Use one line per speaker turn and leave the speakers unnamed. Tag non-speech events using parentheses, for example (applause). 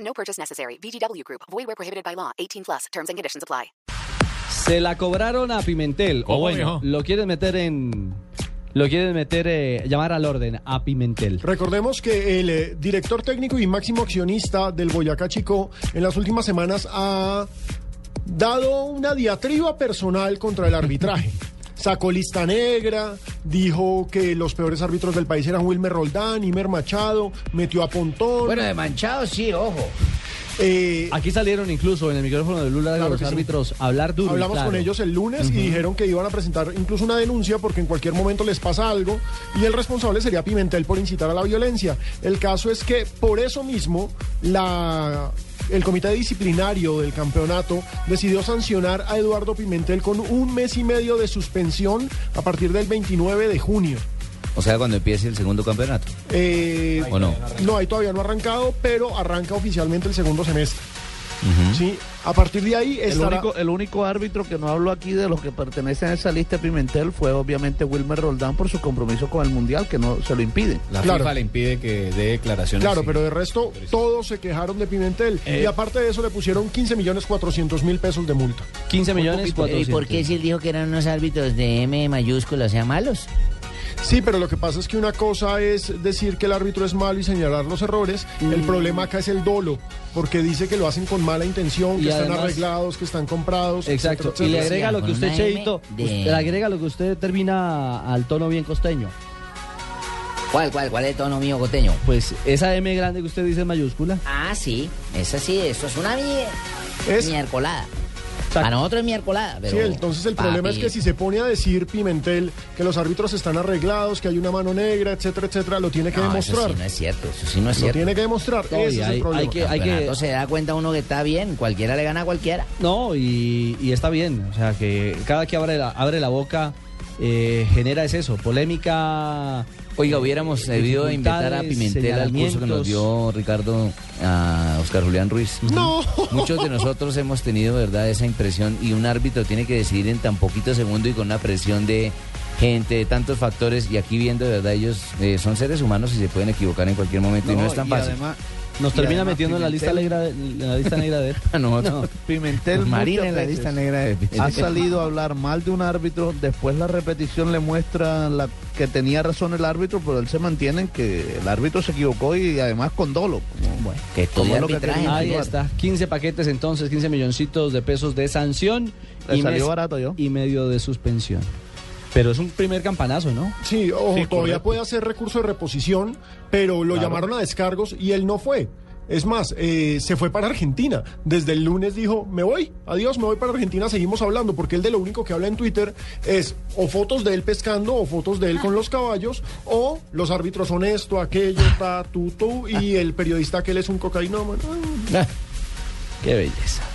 No purchase necessary. VGW Group. Void where prohibited by law. 18 plus. Terms and conditions apply.
Se la cobraron a Pimentel. O
¿Cómo,
bueno,
mijo?
lo quieren meter en. Lo quieren meter, eh, llamar al orden a Pimentel.
Recordemos que el eh, director técnico y máximo accionista del Boyacá Chico en las últimas semanas ha dado una diatriba personal contra el arbitraje. Sacó lista negra, dijo que los peores árbitros del país eran Wilmer Roldán, Imer Machado, metió a Pontón.
Bueno, de manchado sí, ojo.
eh,
Aquí salieron incluso en el micrófono de Lula
Claro
los
que sí.
árbitros a hablar duro. y
Hablamos
claro.
con ellos el lunes y dijeron que iban a presentar incluso una denuncia porque en cualquier momento les pasa algo y el responsable sería Pimentel por incitar a la violencia. El caso es que por eso mismo la el comité disciplinario del campeonato decidió sancionar a Eduardo Pimentel con un mes y medio de suspensión a partir del 29 de junio.
O sea, cuando empiece el segundo campeonato.
Eh,
¿O no?
No, ahí todavía no ha arrancado, pero arranca oficialmente el segundo semestre. Sí, a partir de ahí
El
estará...
único, el único árbitro que no habló aquí de los que pertenecen a esa lista de Pimentel fue obviamente Wilmer Roldán por su compromiso con el Mundial, que no se lo impide.
La
Claro.
FIFA le impide que dé declaraciones.
Claro,
y-
pero Eh. de resto todos se quejaron de Pimentel. y aparte de eso le pusieron 15 millones 400 mil pesos de multa.
15 millones
¿Y por qué
400.
si él dijo que eran unos árbitros de M mayúscula, o sea, malos?
Sí, pero lo que pasa es que una cosa es decir que el árbitro es malo y señalar los errores. El problema acá es el dolo, porque dice que lo hacen con mala intención,
Y
que están
además-
arreglados, que están comprados.
Exacto.
etcétera,
y le
etcétera.
agrega lo que
Con
usted,
una M
Cheito,
de-
usted- le agrega lo que usted termina al tono bien costeño.
¿Cuál, cuál, cuál es el tono mío coteño?
Pues esa M grande que usted dice en mayúscula.
Ah, sí, esa sí, eso es una mie-
Es-
miercolada.
Exacto.
Para nosotros es miercolada, pero...
Sí, entonces el problema es
papi,
que si se pone a decir Pimentel que los árbitros están arreglados, que hay una mano negra, etcétera, etcétera, lo tiene que
No, eso
demostrar.
sí no es cierto, eso sí no es
Lo
cierto.
tiene que demostrar.
No, y
Ese es
hay-
el problema.
hay que-
Campeonato se da cuenta uno que está bien, cualquiera le gana a cualquiera.
No, y, y está bien. O sea, que cada que abre la, abre la boca eh, genera es eso, polémica.
Oiga, hubiéramos
eh,
debido invitar a
dificultades,
Pimentel al curso que
señalamientos.
nos dio Ricardo a Oscar Julián Ruiz.
(laughs) No.
Muchos de nosotros hemos tenido, ¿verdad?, esa impresión y un árbitro tiene que decidir en tan poquito segundo y con una presión de gente, de tantos factores y aquí viendo, de verdad, ellos eh, son seres humanos y se pueden equivocar en cualquier momento y no es tan fácil.
además-
Nos
y
termina
además
metiendo en la lista,
Pimentel-
negra, en la lista negra de él.
A nosotros.
Pimentel
Pues Marina
muchas
en la
veces
lista negra de
ha salido a hablar mal de un árbitro, después la repetición le muestra la, que tenía razón el árbitro, pero él se mantiene en que el árbitro se equivocó y además con dolo. como, bueno, (laughs)
Que
como
estudia
es lo que
arbitraje.
quería
Ahí
jugar.
está, 15 paquetes entonces, 15 milloncitos de pesos de sanción
Le
y,
salió
mes
barato yo.
y medio de suspensión. Pero es un primer campanazo, ¿no?
Sí, ojo,
Sí,
todavía
correcto.
puede hacer recurso de reposición, pero lo llamaron a descargos y él no fue. Es más, eh, se fue para Argentina. Desde el lunes dijo, me voy, adiós, me voy para Argentina, seguimos hablando, porque él de lo único que habla en Twitter es o fotos de él pescando, o fotos de él con los caballos, o los árbitros son esto, aquello, ta, tu, tu, y el periodista que él es un cocainómano.
Qué belleza.